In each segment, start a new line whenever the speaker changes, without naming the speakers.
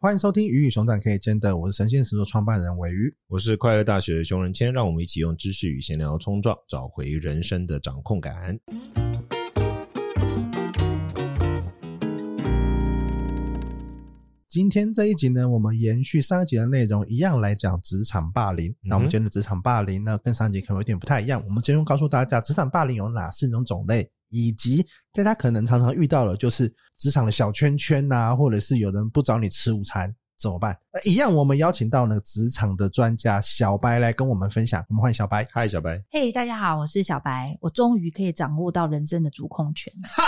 欢迎收听《鱼与熊掌可以兼得》，我是神仙石座创办人尾鱼。
我是快乐大学熊仁谦，让我们一起用知识与闲聊冲撞，找回人生的掌控感。
今天这一集呢，我们延续上一集的内容，一样来讲职场霸凌。那我们今天的职场霸凌呢，跟上一集可能有点不太一样。我们今天告诉大家，职场霸凌有哪四种种类，以及在他可能常常遇到的，就是职场的小圈圈呐、或者是有人不找你吃午餐怎么办？呃一样，我们邀请到呢职场的专家小白来跟我们分享。我们欢迎小白。
嗨，小白，
嘿大家好，我是小白，我终于可以掌握到人生的主控权。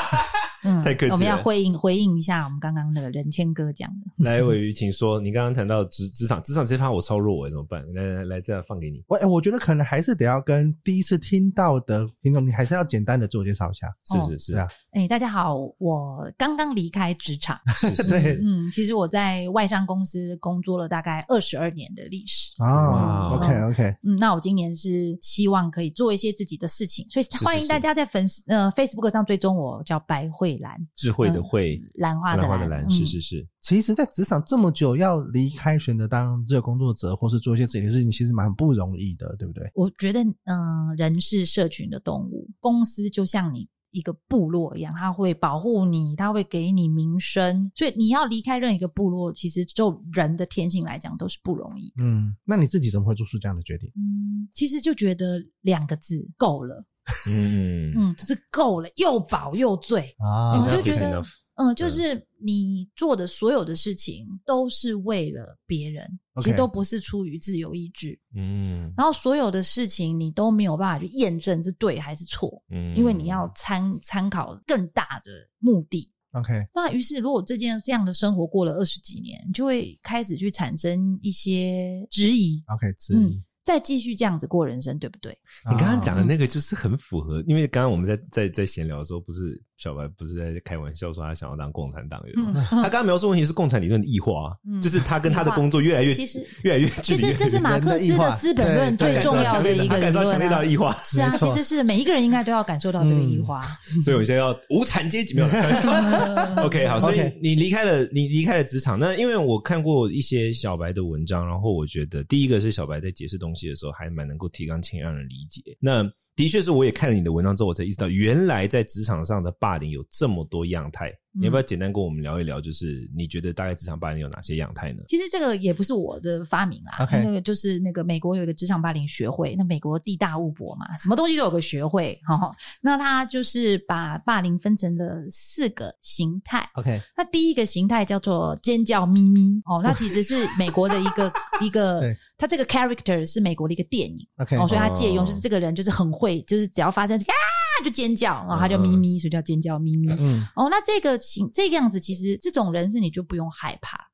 嗯
太客气了
我们要回应回应一下我们刚刚那个任谦哥讲的，
来尾鱼，请说。你刚刚谈到职职场，职场这一趴我超弱，我哎怎么办？来来来，这样放给你。
我、哎我觉得可能还是得要跟第一次听到的听众，你还是要简单的自我介绍一下。
是
哦
是是
是啊
哎、大家好，我刚刚离开 职场，
是 是
对
是，
嗯，其实我在外商公司工作了大概二十二年的历史。
啊、
哇
o k OK，
嗯，那我今年是希望可以做一些自己的事情，所以
是
欢迎大家在粉丝呃 Facebook 上追踪我，叫白慧兰，
智慧的慧，
兰嗯花的
兰花
兰，
的兰，
嗯
是是是，
其实，在职场这么久，要离开选择当这个工作者，或是做一些自己的事情，其实蛮不容易的，对不对？
我觉得，嗯、人是社群的动物，公司就像你一个部落一样，它会保护你，它会给你名声，所以你要离开任何一个部落，其实就人的天性来讲都是不容易。
嗯，那你自己怎么会做出这样的决定？
嗯，其实就觉得两个字够了，
嗯嗯，
嗯，就是够了，又饱又醉，
啊
我
那
就觉
is
得
enough
嗯、就是你做的所有的事情都是为了别人，
OK
其实都不是出于自由意志，
嗯
然后所有的事情你都没有办法去验证是对还是错，
嗯，
因为你要参参考更大的目的。
，OK，
那于是，如果这件这样的生活过了二十几年，你就会开始去产生一些质疑，
OK，质
嗯
疑。
再继续这样子过人生，对不对？
你刚刚讲
啊
的那个就是很符合，因为刚刚我们在在在闲聊的时候，不是小白不是在开玩笑说他想要当共产党员吗？他刚刚描述问题是共产理论的异化啊，
嗯
就是他跟他的工作越来越
其实
越来越 距
其
离越来越
实这是马克思的《资本论》最重要的一个理
感受到
论
强烈到
啊。
异化，嗯
是 啊，
没
其
错
实是每一个人应该都要感受到这个异化。啊
所以我现在要无产阶级没有 了。OK，好，所以
OK
你离开了，你离开了职场。那因为我看过一些小白的文章，然后我觉得第一个是小白在解释东西的时候还蛮能够提纲挈领，让人理解。那的确是，我也看了你的文章之后，我才意识到原来在职场上的霸凌有这么多样态。你要
嗯
不要简单跟我们聊一聊？就是你觉得大概职场霸凌有哪些样态呢？
其实这个也不是我的发明啦
OK
那个就是那个美国有一个职场霸凌学会，那美国地大物博嘛，什么东西都有个学会哈、哦。那它就是把霸凌分成了四个形态。
OK，
那第一个形态叫做尖叫咪咪哦，那其实是美国的一个一个
对，
它这个 character 是美国的一个电影
OK
哦，所以它借用
哦
就是这个人就是很会，就是只要发生啊就尖叫，然后他就咪咪，所以叫尖叫咪咪。
嗯，
哦，那这个形这个样子，其实这种人是你就不用害怕的，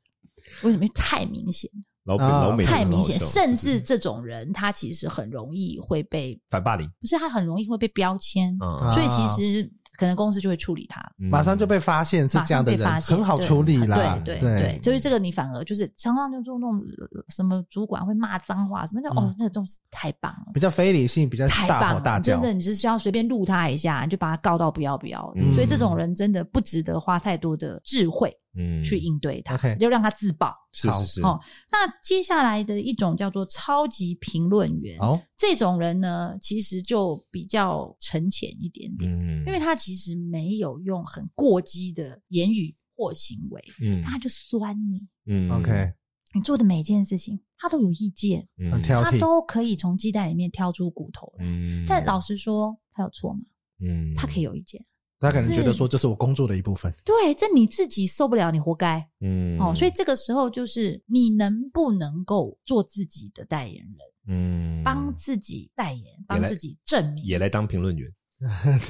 为什么？因为太明显，
老北、
啊
老美
太明显，
很好笑
甚至这种人他其实很容易会被，
反霸凌，
不是他很容易会被标签，
嗯，
所以其实可能公司就会处理他，
啊马上就被发现是
马
这样
上
的
被
人
发，现，
很好处理啦。
对对
对
对，所以这个你反而就是常常就做那种呃什么主管会骂脏话什么的，哦，那个东西太棒了。
比较非理性，比较
太
嗯大
棒
吼
了！
大叫
真。的，你只需要随便录他一下，你就把他告到不要不要的。
嗯
所以这种人真的不值得花太多的智慧
嗯
去哦应对他，
OK
就让他自爆。
是是是，
好那接下来的一种叫做超级评论员，
哦，
这种人呢，其实就比较沉潜一点点，
嗯
因为他其实没有用很过激的言语或行为，
嗯
他就哦酸你，
嗯
OK，
你做的每件事情他都有意见，
嗯
很挑
他
剔。
都可以从鸡蛋里面挑出骨头来。
嗯
但老实说，他有错吗？
嗯
他可以有意见，
他可能觉得说这是我工作的一部分。
对，这你自己受不了，你活该。
嗯
哦，所以这个时候就是你能不能够做自己的代言人，
嗯
帮自己代言，
也
帮
来
自己证明。
也来当评论员，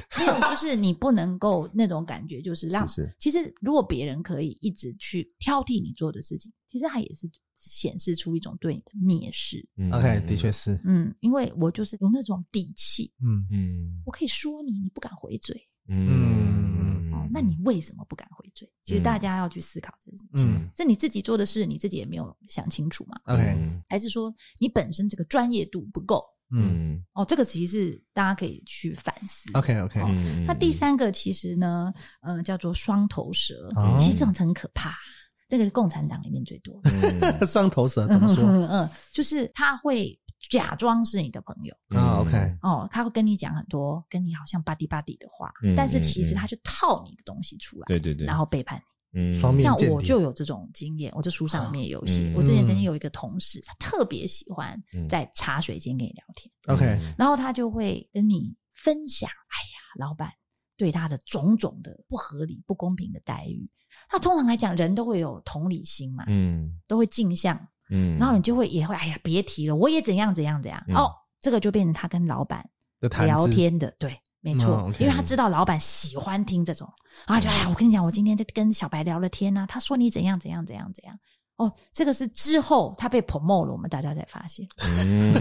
还有就是你不能够那种感觉，就是让
是是
其实如果别人可以一直去挑剔你做的事情，其实他也是显示出一种对你的蔑视。
嗯
OK，的确，是。
嗯，因为我就是有那种底气，
嗯，
嗯
我可以说你，你不敢回嘴。
嗯
哦，那你为什么不敢回嘴？其实大家要去思考这件事情，
嗯
是你自己做的事，你自己也没有想清楚嘛？
嗯
OK，
还是说你本身这个专业度不够？
嗯
嗯
哦，这个其实是大家可以去反思。
，OK，OK，
嗯
那第三个其实呢，呃，叫做双头蛇，
哦
其实这种很可怕。这个是共产党里面最多 的。
嗯
双头蛇怎么说？
嗯，就是他会假装是你的朋友
啊，OK
哦，他会跟你讲很多跟你好像巴 u 巴 y 的话，
嗯
但是
嗯
其
嗯
实他就套你的东西出来，
对对对，
然后背叛你。
嗯
双面
像
间
我
谍
就有这种经验，我这书上面也有写。
嗯
我之前曾经有一个同事，他特别喜欢在茶水间跟你聊天，
OK，
然后他就会跟你分享，哎呀，老板对他的种种的不合理、不公平的待遇。那通常来讲，人都会有同理心嘛，
嗯
都会镜像
嗯，
然后你就会也会哎呀，别提了，我也怎样怎样怎样、
嗯
哦，这个就变成他跟老板
的谈
聊
资
天的，对，没错，
嗯，OK
因为他知道老板喜欢听这种，然后就哎呀，我跟你讲，我今天在跟小白聊了天啊，他说你怎样怎样怎样怎样，哦，这个是之后他被 promote 了，我们大家才发现，
嗯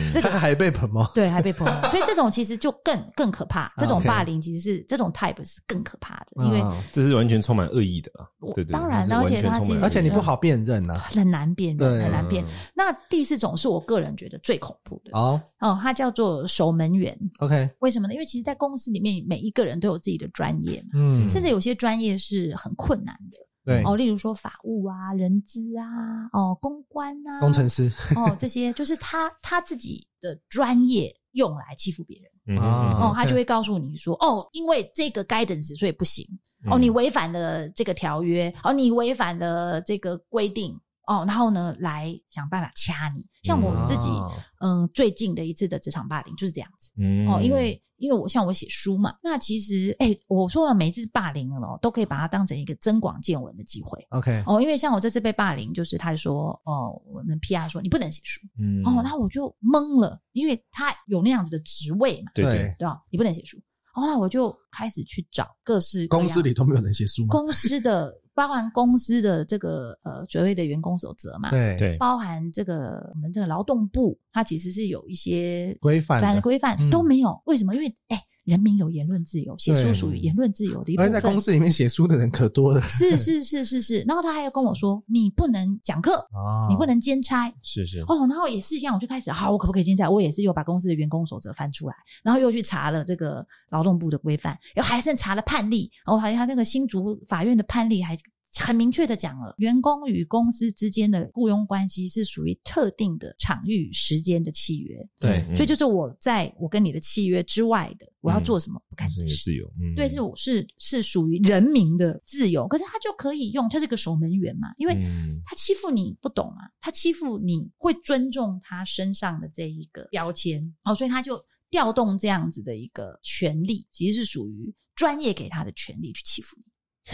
这
他
个
还被捧吗？
对还被 promote，所以这种其实就更更可怕，这种
啊 OK
霸凌其实是这种 type 是更可怕的，因为
嗯
这是完全充满恶意的啊
我！
对对，
当然
这是
而且
完全
他
充
其
满
实
恶
而且你
意
不好辨认啊呐。
很难辨认，
对
很难辨。
嗯
那第四种是我个人觉得最恐怖的
哦
哦，它叫做守门员。
，OK，
为什么呢？因为其实，在公司里面，每一个人都有自己的专业嘛，
嗯，
甚至有些专业是很困难的
对，
哦，例如说法务啊、人资啊、哦、公关啊、
工程师
哦这些，就是他他自己的专业用来欺负别人
嗯
啊
哦，
OK
他就会告诉你说哦，因为这个 guidance 所以不行哦，
嗯
你违反了这个条约哦，你违反了这个规定哦，然后呢来想办法掐你。像我
嗯
自己
哦
嗯、呃最近的一次的职场霸凌就是这样子。
嗯
哦，因为因为我像我写书嘛，那其实哎、我说了每一次霸凌了哦，都可以把它当成一个增广见闻的机会
，OK，
哦。因为像我这次被霸凌，就是他说哦，我们 PR 说你不能写书
嗯
哦，那我就懵了，因为他有那样子的职位嘛，
对对，
对吧？你不能写书，哦，那我就开始去找各式各样
公司里都没有人写书吗？
公司的，包含公司的这个呃所谓的员工守则嘛，
对，
对
包含这个我们这个劳动部，它其实是有一些
规范
反
的
正。规范
嗯
都没有。为什么？因为哎、人民有言论自由，写书
对
属于言论自由的一部
而且在
分。
公司里面写书的人可多了
是是是是是。然后他还要跟我说，你不能讲课，
啊
你不能兼差。
是是
哦，然后也是一样，我就开始，好，我可不可以兼差？我也是又把公司的员工守则翻出来，然后又去查了这个劳动部的规范，又还剩查了判例，然后还有他那个新竹法院的判例还很明确的讲了，员工与公司之间的雇佣关系是属于特定的场域、时间的契约，
对
嗯
所以就是我在我跟你的契约之外的，我要做什么不干
是
你
你
的
的
事。
自由，嗯
对，是我是是属于人民的自由，可是他就可以用，他是个守门员嘛，因为
嗯
他欺负你不懂啊，他欺负你会尊重他身上的这一个标签，哦，所以他就调动这样子的一个权利，其实是属于专业给他的权利去欺负你。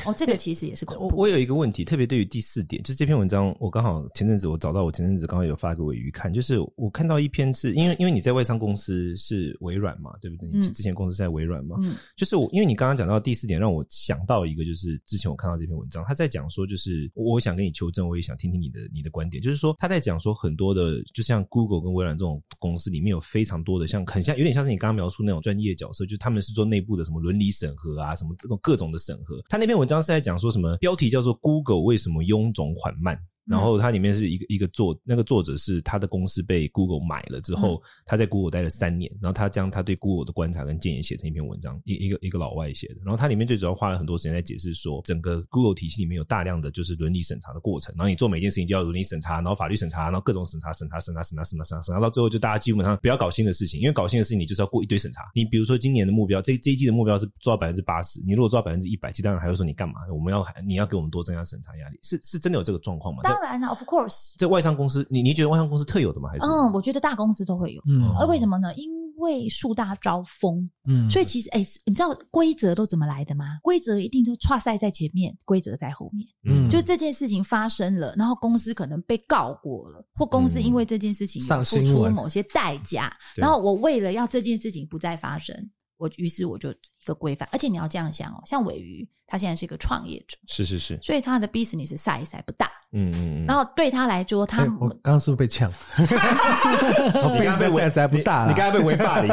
哦，这个其实也是恐
我
怖。
我有一个问题，特别对于第四点，就是这篇文章，我刚好前阵子我找到，我前阵子刚好有发给伟鱼看，就是我看到一篇是因为因为你在外商公司是微软嘛，对不对？你
嗯
之前公司是在微软嘛，
嗯
就是我因为你刚刚讲到第四点，让我想到一个，就是之前我看到这篇文章，他在讲说，就是我我想跟你求证，我也想听听你的你的观点，就是说他在讲说很多的，就像 Google 跟微软这种公司里面有非常多的像很像有点像是你刚刚描述那种专业角色，就是他们是做内部的什么伦理审核啊，什么这种各种的审核。他那篇文章是在讲说什么标题叫做 Google 为什么臃肿缓慢。然后它里面是一个一个作，那个作者是他的公司被 Google 买了之后，他在 Google 待了三年，然后他将他对 Google 的观察跟建议写成一篇文章，一一个一个老外写的。然后它里面最主要花了很多时间在解释说，整个 Google 体系里面有大量的就是伦理审查的过程，然后你做每件事情就要伦理审查，然后法律审查，然后各种审查、审查、审查、审查、审查、审查，审查到最后就大家基本上不要搞新的事情，因为搞新的事情你就是要过一堆审查。你比如说今年的目标，这这一季的目标是做到百分之八十，你如果做到百分之一百，其他人还会说你干嘛？我们要你要给我们多增加审查压力，是是真的有这个状况吗？在
当然了，of course，
在外商公司，你你觉得外商公司特有的吗？还是
嗯，我觉得大公司都会有。
嗯
哦
呃，为什么呢？因为树大招风，
嗯，
所以其实哎、你知道规则都怎么来的吗？规则一定就跨赛在前面，规则在后面。
嗯
就这件事情发生了，然后公司可能被告过了，或公司因为这件事情
嗯上
付
新
出
闻
某些代价，
对
然后我为了要这件事情不再发生，我于是我就一个规范。而且你要这样想哦，像尾鱼，他现在是一个创业者，
是是是，
所以他的 business size 还不大，
嗯嗯嗯。
然后对他来说，他
哎我刚刚是不是被 呛？我刚被 size 还不大了，
你刚才被围霸凌，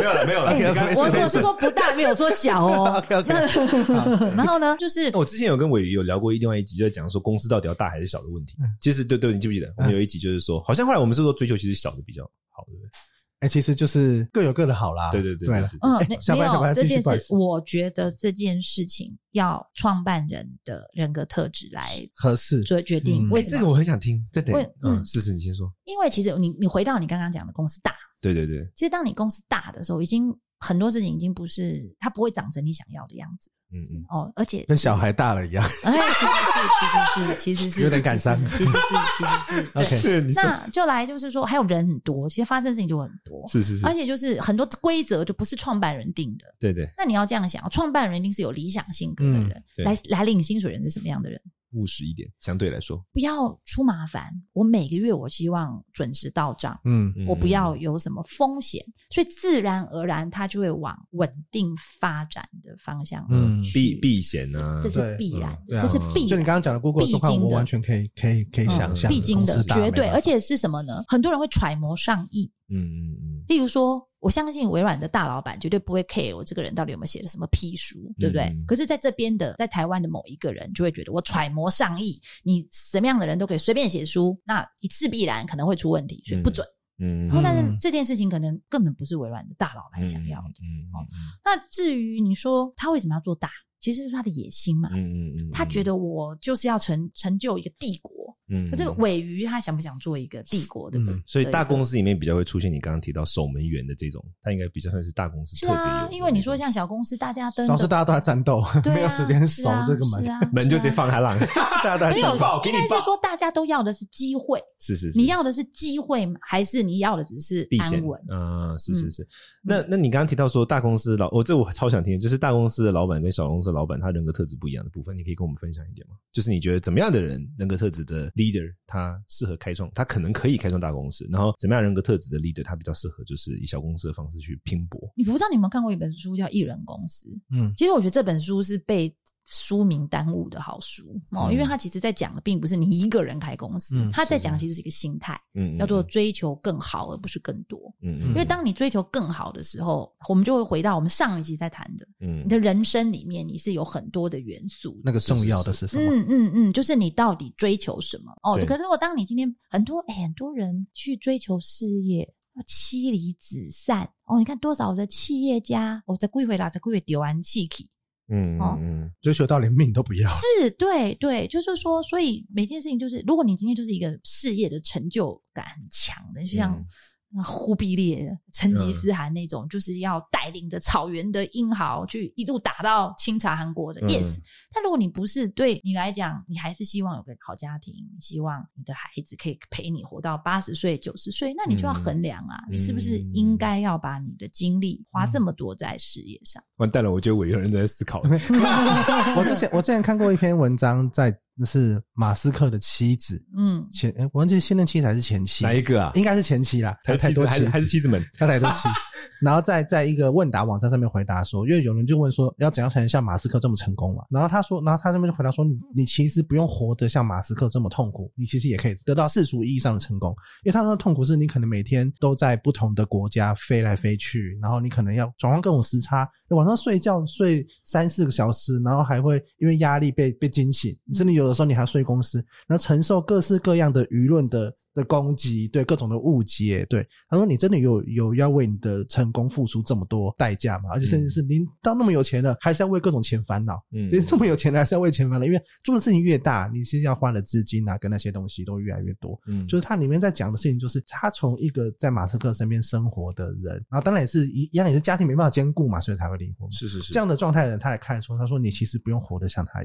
没有了没有了，
哎
你刚才
我我
被
是说不大，没有说小哦。 那然后呢，就是
那我之前有跟伟宇有聊过另外一集，就在讲说公司到底要大还是
嗯
小的问题。其实对对，你记不记得我们有一集就是说，好像后来我们是说追求其实小的比较好，对不对？
哎、其实就是各有各的好啦。
对对对
对
对
了，
对，
嗯
哎，
那
下
没
班下班
有这
继续
件
不好意
事，
思
我觉得这件事情要创办人的人格特质来
合适。
做决
嗯
定。为
哎
什
这
么？
个我很想听，再等
为，
嗯，
嗯
试试你先说。
因为其实你你回到你刚刚讲的公司大，
对对对，
其实当你公司大的时候，已经很多事情已经不是它不会长成你想要的样子
嗯嗯，
哦，而且
跟小孩大了一样。
哎，其实是其实是其实是
有点感伤
其实是其实 是对。
OK，
对，你说
那就来就是说，还有人很多，其实发生的事情就很多，
是是是
而，且就是很多规则就不是创办人定的。
对对，
那你要这样想，创办人一定是有理想性格的
嗯
人，
对
来来领薪水人是什么样的人？
务实一点，相对来说，
不要出麻烦，我每个月我希望准时到账，
嗯，
嗯
我不要有什么风险，所以自然而然它就会往稳定发展的方向
嗯
去
避，避险啊，
这
对
是必然
对
的，
啊
这是必
就你
然。
刚刚讲的 Google 的状
必
况，
经
我
的嗯
完全可以可以可以想象，
必经
公
的
司，大
绝
没
对，
办
而且是什么呢？很多人会揣摩上意，
嗯嗯嗯，
例如说，我相信微软的大老板绝对不会 care 我这个人到底有没有写的什么批书，对不对？
嗯
可是在这边的，在台湾的某一个人就会觉得我揣摩上意，你什么样的人都可以随便写书，那一次必然可能会出问题，所以不准。
嗯，
然后，
嗯
但是这件事情可能根本不是微软的大老板想要的。
嗯
那至于你说他为什么要做大，其实是他的野心嘛。
嗯嗯，
他觉得我就是要成成就一个帝国，
嗯，
可是尾鱼他想不想做一个帝国的？
嗯
所以大公
司
司里面比较会出现你刚刚提到守门员的这种，他应该比较算是大公司
是
特别有的那
啊
种，，
因为你说像小公司，大家
法
登
少
的
是大家都在战斗，
对 啊
没有时间守这个
是
门，
啊
门就直接。放开浪，
大 家都在
没有
战斗。，
应该是啊说大家都要的是机会，
是是是，
你要的是机会吗？还是你要的只是
避险
安稳？嗯
嗯，是是是。那那你刚刚提到说大公司老，我、这我超想听，就是大公司的老板跟小公司的老板他人格特质不一样的部分，你可以跟我们分享一点吗？就是你觉得怎么样的人人格特质的 leader 他适合开创，他可能可以开创大公司，然后怎么样人格特质的 leader 他比较适合就是以小公司的方式去拼搏。
你不知道你有没有看过一本书叫《艺人公司》？
嗯，
其实我觉得这本书是被书名耽误的好书哦，
嗯
因为它其实在讲的并不是你一个人开公司
嗯，
它在讲
是
的其实是一个心态，
嗯，
叫做追求更好而不是更多。
嗯
因为当你追求更好的时候，我们就会回到我们上一集在谈的，
嗯
你的人生里面你是有很多的元素的
那个重要的是什么？
嗯嗯嗯，就是你到底追求什么？哦
对，
可是如果当你今天很多哎、很多人去追求事业，妻离子散哦，你看多少的企业家，我、哦、在归回啦，在归回丢完气体，
嗯
哦
嗯
追求到连命都不要，
是对对，就是说，所以每件事情就是，如果你今天就是一个事业的成就感很强的，就像
嗯。
忽必烈、成吉思汗那种，就是要带领着草原的英豪去一路打到清朝韩国的、
嗯
y e s 但如果你不是对你来讲，你还是希望有个好家庭，希望你的孩子可以陪你活到八十岁、九十岁，那你就要
嗯
衡量啊，你是不是
嗯
应该要把你的精力花这么多在事业上？
完蛋了，我觉得我一个人在思考。
我之前我之前看过一篇文章在，那是马斯克的妻子
嗯，
前，诶我忘记是现任妻子还是前妻，
哪一个啊？
应该是前妻啦，哎他太多
还是
妻
还是
子
妻子们？
他来的妻子，然后在在一个问答网站上面回答说，因为有人就问说要怎样才能像马斯克这么成功嘛？然后他说，然后他这边就回答说，你你其实不用活得像马斯克这么痛苦，你其实也可以得到世俗意义上的成功，因为他那个痛苦是你可能每天都在不同的国家飞来飞去，然后你可能要转换各种时差，晚上睡觉睡三四个小时，然后还会因为压力被被惊醒，甚至有的时候你还要睡公司，然后承受各式各样的舆论的的攻击，对各种的误解，对他说你真的有有要为你的成功付出这么多代价吗？而且甚至是您到那么有钱了，还是要为各种钱烦恼，
嗯
就是这么有钱了还是要为钱烦恼，因为做的事情越大，你是要花的资金啊跟那些东西都越来越多，
嗯
就是它里面在讲的事情，就是他从一个在马斯克身边生活的人，然后当然也是一一样也是家庭没办法兼顾嘛，所以才会离婚嘛。
是是是
这样的状态的人，他来看说，他说你其实不用活得像他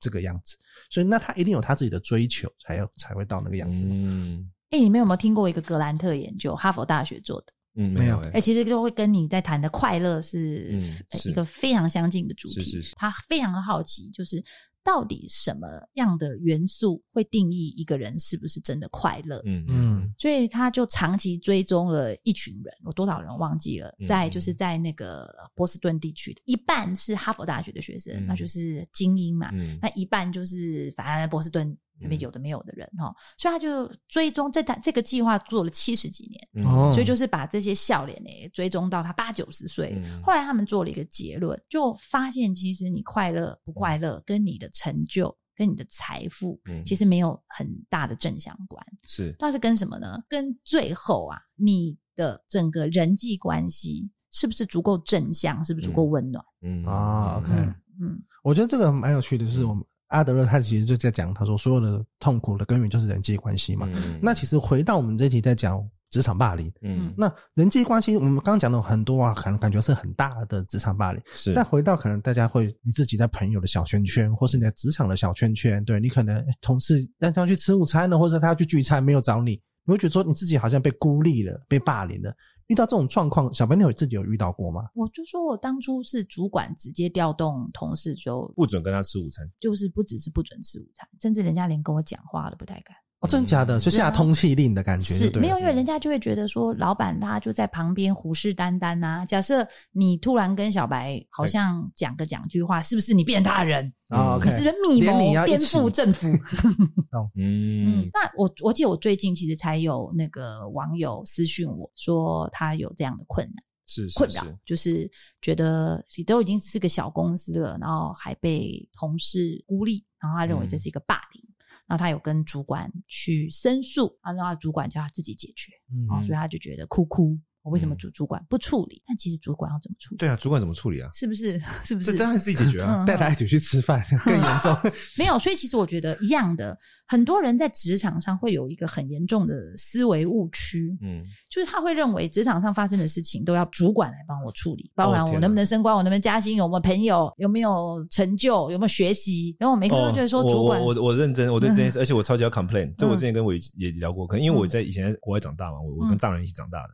这个样子，所以那他一定有他自己的追求，才有才会到那个样子嘛。
嗯
哎、你们有没有听过一个格兰特研究？哈佛大学做的。
嗯
没有
哎
哎、其实就会跟你在谈的快乐是
嗯
呃
是
一个非常相近的主题。
是是是
他非常的好奇，就是到底什么样的元素会定义一个人是不是真的快乐？
嗯
嗯
所以他就长期追踪了一群人，我多少人忘记了
嗯，
在就是在那个波士顿地区的，一半是哈佛大学的学生，
嗯
那就是精英嘛，
嗯
那一半就是反正波士顿那边
嗯
有的没有的人哈、哦，所以他就追踪这台这个计划做了七十几年。
嗯
哦
所以就是把这些笑脸呢追踪到他八九十岁。
嗯
后来他们做了一个结论，就发现其实你快乐不快乐，跟你的成就、跟你的财富
嗯，
其实没有很大的正相关。
是
那是跟什么呢？跟最后啊，你的整个人际关系是不是足够正向，是不是足够温暖？
嗯
啊，OK
嗯嗯，
我觉得这个蛮有趣的是，我
嗯
们阿德勒他其实就在讲，他说所有的痛苦的根源就是人际关系嘛。
嗯
那其实回到我们这题在讲职场霸凌，
嗯
那人际关系我们刚刚讲的很多啊，可能感觉是很大的职场霸凌。
是
但回到可能大家会你自己在朋友的小圈圈，或是你在职场的小圈圈，对你可能诶同事让他去吃午餐了，或者他要去聚餐没有找你，你会觉得说你自己好像被孤立了，被霸凌了。遇到这种状况，小朋友自己有遇到过吗？
我就说我当初是主管直接调动同事就，
不准跟他吃午餐，
就是不只是不准吃午餐，甚至人家连跟我讲话都不太敢。
哦，真的假的？
嗯
就下通气令的感觉，
啊是
对嗯
没有，因为人家就会觉得说，老板他就在旁边虎视眈眈呐、假设你突然跟小白好像讲个两句话，是不是你变大人？
啊
嗯
，OK，
你是不是密谋
连你要一
颠
起
覆政府？嗯
嗯，
那我我记得我最近其实才有那个网友私讯我说他有这样的困难
是是
困
是
扰，就是觉得你都已经是个小公司了，然后还被同事孤立，然后他认为这
嗯
是一个霸凌，然后他有跟主管去申诉，然后让他主管叫他自己解决。
嗯
哦，所以他就觉得哭哭，我为什么
嗯
主主管不处理？但其实主管要怎么处理？
对啊，主管怎么处理啊？
是不是？ 是不
这
是？
当然自己解决啊。
嗯
带他一起去吃饭更严重。
没有，所以其实我觉得一样的，很多人在职场上会有一个很严重的思维误区，
嗯，
就是他会认为职场上发生的事情都要主管来帮我处理，包含
哦天
我
哪
能不能升官，我能不能加薪，有没有朋友，有没有成就，有没有学习，然后我每个人都觉得说
哦
主管嗯
我我我我认真，我对这件事，而且我超级要 complain。这我之前跟我也聊过，可能因为我在以前在国外长大嘛，我我跟
嗯
藏人一起长大的。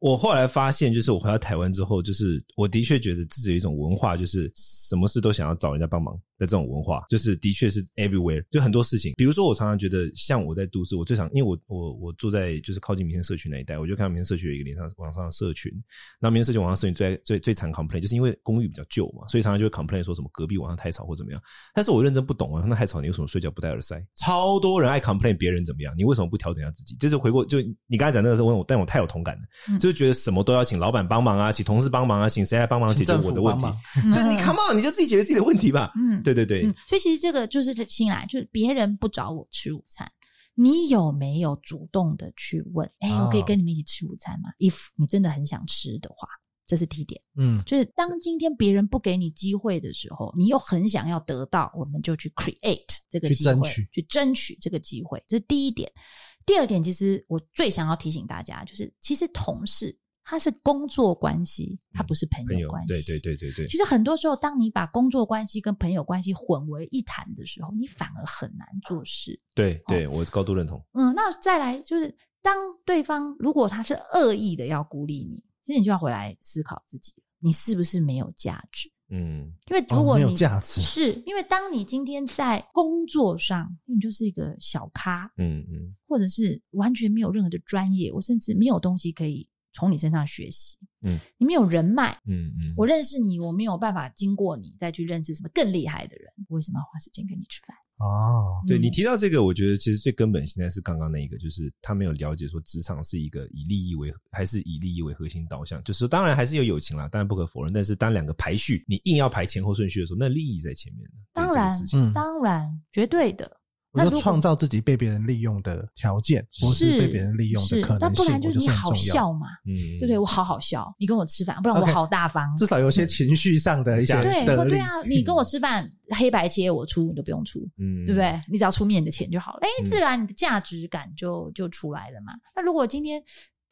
我后来发现，就是我回到台湾之后，就是我的确觉得自己有一种文化，就是什么事都想要找人家帮忙的这种文化，就是的确是 everywhere，就很多事情。比如说，我常常觉得，像我在都市，我最常因为我我我住在就是靠近民生社区那一带，我就看到民生社区有一个连上网上的社群，那民生社区网上社群最最最常 complain，就是因为公寓比较旧嘛，所以常常就会 complain 说什么隔壁晚上太吵或怎么样。但是我认真不懂啊，那太吵，你为什么睡觉不戴耳塞？超多人爱 complain 别人怎么样，你为什么不调整一下自己？就是回过就你刚才讲那个时候，我但我太有同感了，
嗯
就是觉得什么都要请老板帮忙啊，请同事帮忙啊，请谁来帮忙解决
政
我
府
的问
帮
题
忙？
对你 come on，你就自己解决自己的问题吧。
嗯，
对对对，
嗯，所以其实这个就是新来，就是别人不找我吃午餐，你有没有主动的去问？哎、
啊
我可以跟你们一起吃午餐吗？If 你真的很想吃的话，这是提点。
嗯，
就是当今天别人不给你机会的时候，你又很想要得到，我们就去 create 这个
去
机会，
争取
去争取这个机会，这是第一点。第二点，其实我最想要提醒大家，就是其实同事他是工作关系，他不是朋
朋友
友关，系。
对对对对对，
其实很多时候，当你把工作关系跟朋友关系混为一谈的时候，你反而很难
嗯
做事。
对对，我高度认同。
嗯，那再来就是，当对方如果他是恶意的要孤立你，其实你就要回来思考自己，你是不是没有价值？
嗯，
因为如
哦
果
没
你、
有价值
是因为当你今天在工作上，你就是一个小咖，
嗯嗯，
或者是完全没有任何的专业，我甚至没有东西可以从你身上学习。
嗯，
你没有人脉，
嗯嗯，
我认识你，我没有办法经过你再去认识什么更厉害的人，我为什么要花时间跟你吃饭？
哦，
对
嗯
你提到这个，我觉得其实最根本现在是刚刚那一个，就是他没有了解说职场是一个以利益为还是以利益为核心导向，就是说当然还是有友情啦，当然不可否认，但是当两个排序你硬要排前后顺序的时候，那利益在前面的，对
当
这
然
个事情，
嗯，
当然，绝对的。
我
那
就
如果
创造自己被别人利用的条件，或是被别人利用的
是
可
那
能
不
性，我
然就
觉得
是你
是很
好
重要。
笑嘛，
嗯，
对不对？我好好笑，你跟我吃饭，不然我
OK
好大方。
至少有一些情绪上的一些
对，
得
我
力嗯
对。啊，你跟我吃饭，黑白切我出，你都不用出，
嗯，
对不对？你只要出面的钱就好了，哎，
嗯
自然你的价值感就就出来了嘛。那如果今天。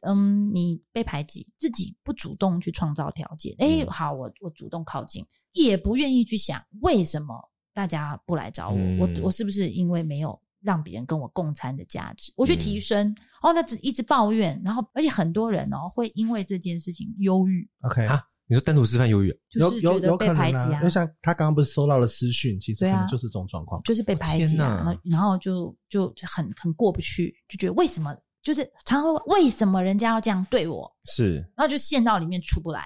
嗯，你被排挤，自己不主动去创造条件，哎、
嗯
好，我我主动靠近，也不愿意去想为什么大家不来找我，
嗯
我我是不是因为没有让别人跟我共餐的价值，我去
嗯
提升，哦，那只一直抱怨，然后而且很多人哦会因为这件事情忧郁，
嗯 OK，
啊？你说单独吃饭忧郁啊，
就
有
是
有
觉得
有
被
可
排
能
挤
啊，
啊
因为，像他刚刚不是收到了私讯，其实
对
可
啊
能就是这种状况。
就是被排挤
天哪
啊，然后然后就就很很过不去，就觉得为什么就是常常会问为什么人家要这样对我，
是，
然后就陷到里面出不来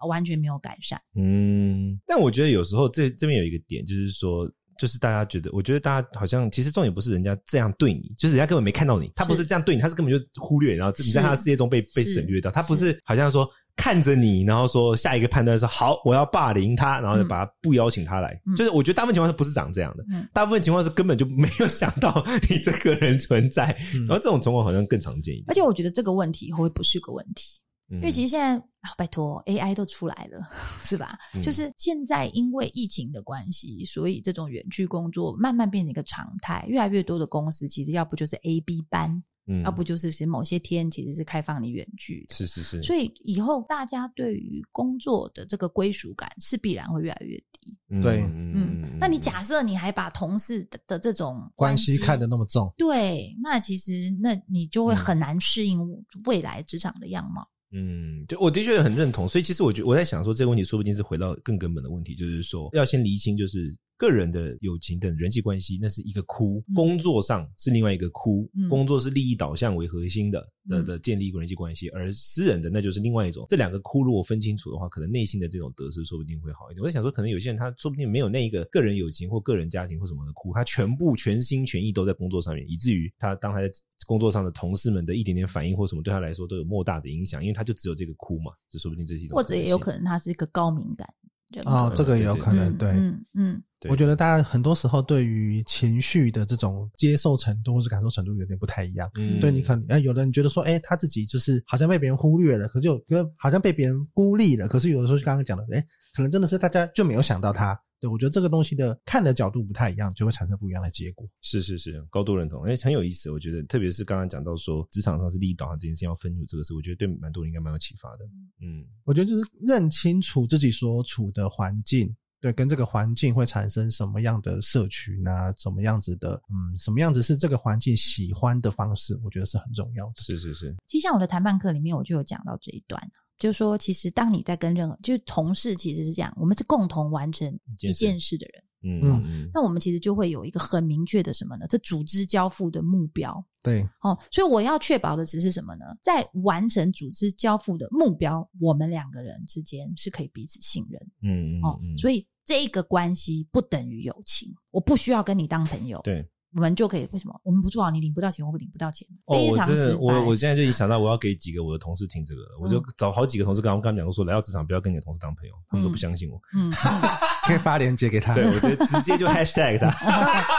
了，完全没有改善。
嗯，但我觉得有时候这这边有一个点，就是说就是大家觉得，我觉得大家好像其实重点不是人家这样对你，就是人家根本没看到你，他不是这样对你，他是根本就忽略你，然后你在他的世界中被被
是
省略掉，他不是好像说看着你，然后说下一个判断是好，我要霸凌他，然后就把他不邀请他来，
嗯
就是我觉得大部分情况是不是长这样的，
嗯
大部分情况是根本就没有想到你这个人存在，
嗯
然后这种情况好像更常见一点，嗯
而且我觉得这个问题以后会不是个问题，
因
因为其实现在啊，拜托 AI 都出来了， 是吧？
嗯
就是现在因为疫情的关系，所以这种远距工作慢慢变成一个常态，越来越多的公司其实要不就是 A、B 班，
嗯
啊要不就是是某些天其实是开放你远距的。
是是是，
所以以后大家对于工作的这个归属感是必然会越来越低。
嗯
对
嗯，那你假设你还把同事的的这种
关系看得那么重，
对，那其实那你就会
嗯
很难适应未来职场的样貌。
嗯，就我的确很认同，所以其实我觉我在想说，这个问题说不定是回到更根本的问题，就是说要先厘清，就是个人的友情等人际关系，那是一个窟，
嗯
工作上是另外一个窟，
嗯
工作是利益导向为核心的的
嗯
的建立一个人际关系，而私人的那就是另外一种。这两个窟如果分清楚的话，可能内心的这种得失说不定会好一点。我在想说，可能有些人他说不定没有那一个个人友情或个人家庭或什么的窟，他全部全心全意都在工作上面，以至于他当他在工作上的同事们的一点点反应或什么，对他来说都有莫大的影响，因为他就只有这个窟嘛，这说不定这是一种
或者也有可
能
能他是一个高敏感人格
哦，这个也有可能。
嗯
对，
嗯嗯，
性。
我觉
得
得大家很多时候对于情绪的这种接受程度或是感受程度有点不太一样。对你可能，哎，有的人觉得说，哎，他自己就是好像被别人忽略了，可是有个好像被别人孤立了，可是有的时候就刚刚讲的，哎，可能真的是大家就没有想到他。对我觉得这个东西的看的角度不太一样，就会产生不一样的结果。
是是是，高度认同，因为很有意思。我觉得，特别是刚刚讲到说职场上是利益导向这件事情要分清楚这个事，我觉得对蛮多人应该蛮有启发的。嗯
我觉得就是认清楚自己所处的环境，对，跟这个环境会产生什么样的社群啊，怎么样子的，嗯，什么样子是这个环境喜欢的方式，我觉得是很重要的。
是是是，
其实像我的谈判课里面，我就有讲到这一段啊，就是说，其实当你在跟任何就是同事，其实是这样，我们是共同完成
件
一
事
件事的人，
嗯
嗯
嗯
那我们其实就会有一个很明确的什么呢？这组织交付的目标。
对，
哦，所以我要确保的只是什么呢？在完成组织交付的目标，我们两个人之间是可以彼此信任
嗯嗯
哦，
嗯，以
所以这个关系不等于友情，我不需要跟你当朋友，
对
我们就可以为什么我们不做好，你领不到钱，我会领不到钱，
哦，
非
我
常
真
直
的
白。
我我现在就已经想到我要给几个我的同事听这个了，
嗯
我就找好几个同事，刚刚跟他们讲过说来到职场不要跟你的同事当朋友，他们都不相 信我，
嗯，嗯
可以发链接给他。
对我直接直接就 hashtag 他，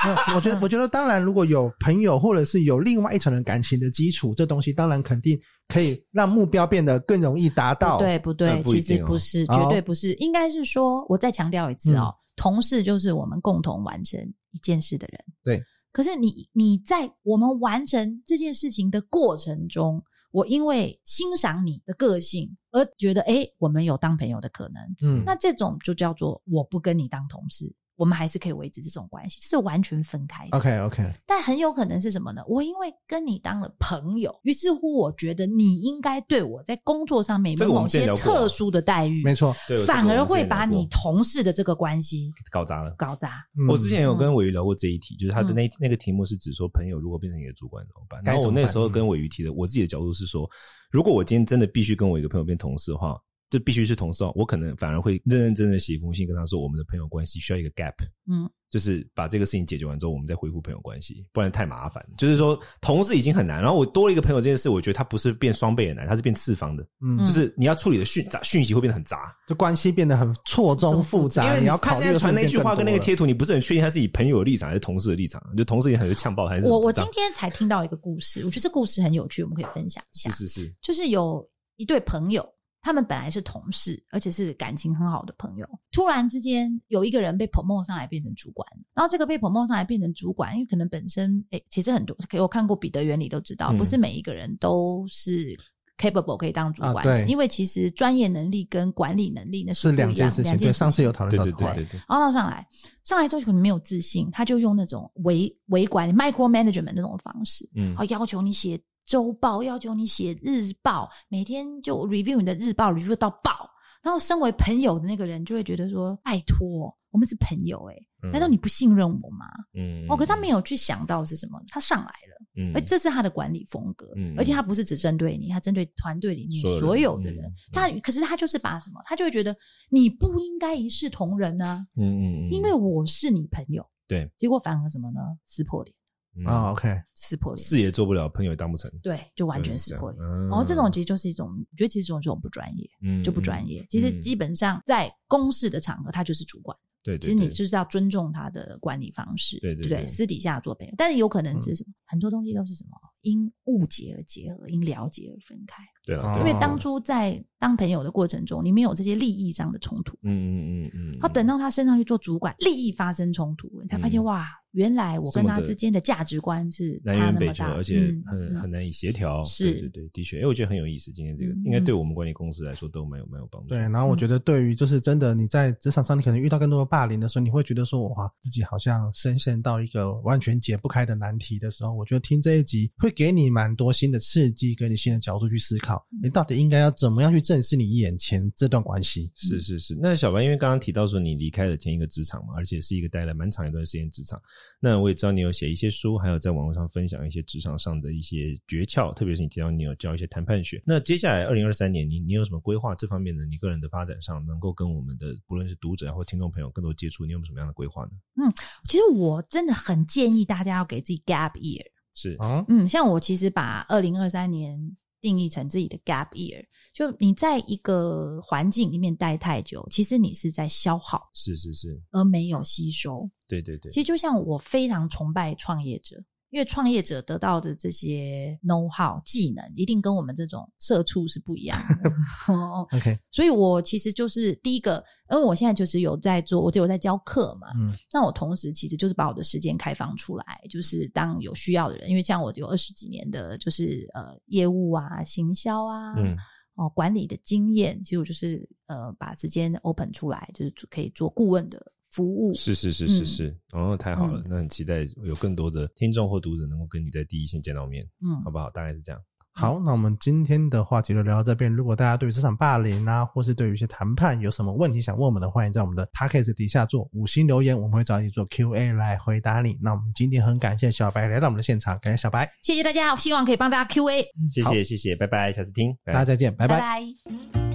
那我觉得，我觉得当然，如果有朋友或者是有另外一层人感情的基础，这东西当然肯定可以让目标变得更容易达到。
不对不
呃
对，
不一
其实
定哦嗯
不是，
好
绝对不是，应该是说，我再强调一次哦，同事就是我们共同完成一件事的人。
对。
可是你你在我们完成这件事情的过程中，我因为欣赏你的个性而觉得，哎，我们有当朋友的可能。
嗯，
那这种就叫做我不跟你当同事，我们还是可以维持这种关系，这是完全分开的。
OK OK，
但很有可能是什么呢？我因为跟你当了朋友，于是乎我觉得你应该对我在工作上面
这
有
个我
某
们之前
些
聊过啊
特殊的待遇，
没错。
对，我这个
反而
我之前
会把
聊过
你同事的这个关系
搞砸了。
搞砸。
嗯
我之前有跟尾鱼聊过这一题，就是他的那那个题目是指说朋友如果变成你的主管怎么办？
该
然后
怎
我
么
那
办
时候跟尾鱼提的，我自己的角度是说，如果我今天真的必须跟我一个朋友变同事的话，就必须是同事哦，我可能反而会认认真真地写一封信跟他说，我们的朋友关系需要一个 gap，
嗯，
就是把这个事情解决完之后，我们再恢复朋友关系，不然太麻烦。就是说，同事已经很难，然后我多了一个朋友这件事，我觉得它不是变双倍的难，它是变次方的，
嗯，
就
就是
是你要处理的讯杂讯息会变得很杂，
就关系变得很错综复
因
杂，
为
啊你要
他
考虑
现在
的
传那
瞬
句
间
话
更
跟那个
多了
贴图，你不是很确定他是以朋友的立场还是同事的立场，就同事也很就呛爆还是
我我
怎
今
么
天才听到一个故事，我觉得这故事很有趣，我们可以分享一
知
下
道。是是是，
就是有一对朋友，他们本来是同事，而且是感情很好的朋友。突然之间，有一个人被 promote 上来变成主管，然后这个被 promote 上来变成主管，因为可能本身诶、其实很多我看过彼得原理都知道，
嗯
不是每一个人都是 capable 可以当主管的，
啊对
因为其实专业能力跟管理能力那
是
不一样
两件事情。
两
对，上次有讨
对
论到
对
这个
对
话题。
对对，
然后上来，上来之后可能没有自信，他就用那种维维管 micro management 那种方式，
嗯
然后哦要求你写周报，要求你写日报，每天就 review 你的日报，review 到爆。然后身为朋友的那个人就会觉得说：“拜托，我们是朋友哎、
嗯
难道你不信任我吗？”
嗯
哦，可是他没有去想到是什么，他上来了，
嗯
而这是他的管理风格，
嗯
而且他不是只针对你，他针对团队里面
所有人
所有的人。
嗯
他可是他就是把什么，他就会觉得你不应该一视同仁啊，
嗯嗯嗯，
因为我是你朋友，
对，
结果反而什么呢？撕破脸，
啊、o k
撕破脸，
嗯事也做不了，朋友也当不成，
对，就完全
是
撕破脸。
然
然哦后这种其实就是一种，我觉得其实这种这种不专业，
嗯
就不专业。其实基
本
本上在公事的场合，他就是主管。
对，对
其实你
对
就是要尊重他的管理方式，
对对
对
对嗯
不私底下做朋友，但是有可能是什么？很多东西都是什么？因误解而结合，因了解而分开。
对了，
哦
因
对啊
为
了
当初在当朋友的过程中，你们有这些利益上的冲突，
嗯嗯嗯嗯，
他等到他升上去做主管，利益发生冲突了，你才发现、
嗯
哇，原来我跟
这
他
么的
之间的价值观是
南
差
辕
那
北
么
辙，
大，
而且
嗯
很
嗯
很难以协调。
是
对对对，的确，哎，我觉得很有意思。今天这个
嗯
应该对我们管理公司来说都蛮有蛮有帮助。
对，然啊后我觉得对于就是真的你在职场上，你可能遇到更多的霸凌的时候，你会觉得说哇，自己好像深陷到一个完全解不开的难题的时候，我觉得听这一集会给你蛮多新的刺激，给你新的角度去思考，你到底应该要怎么样去正视你眼前这段关系。
是是是，那小白，因为刚刚提到说你离开了前一个职场嘛，而且是一个待了蛮长一段时间职场，那我也知道你有写一些书，还有在网络上分享一些职场上的一些诀窍，特别是你提到你有教一些谈判学。那接下来二零二三年，你你有什么规划？这方面的你个人的发展上，能够跟我们的不论是读者或听众朋友更多接触，你有什么样的规划呢？
其实我真的很建议大家要给自己 gap year。
是，
啊，
嗯，像我其实把二零二三年定义成自己的 gap year，就你在一个环境里面待太久，其实你是在消耗
是是是，
而没有吸收。
对对对
其，实就像我非常崇拜创业者，因为创业者得到的这些 know how 技能，一定跟我们这种社畜是不一样的。哦
OK，
所以我其实就是第一个，因为我现在就是有在做，我就有在教课嘛，
嗯，
那我同时其实就是把我的时间开放出来，就是当有需要的人，因为像我有二十几年的，就是呃业务啊、行销啊、
嗯
哦管理的经验，其实我就是呃把时间 open 出来，就是可以做顾问的服务。
是是是是
嗯
是，哦，太好了，
嗯
那很期待有更多的听众或读者能够跟你在第一线见到面，
嗯
好，不好？大概是这样。
好，那我们今天的话题就聊到这边。如果大家对于职场霸凌啊，或是对于一些谈判有什么问题想问我们的，欢迎在我们的 p a c k a g e 底下做五星留言，我们会找你做 Q&A 来回答你。那我们今天很感谢小白来到我们的现场，感谢小白，
谢谢大家，希望可以帮大家 Q A，
谢谢谢谢，拜拜，下次听，拜
大家再见，拜拜
拜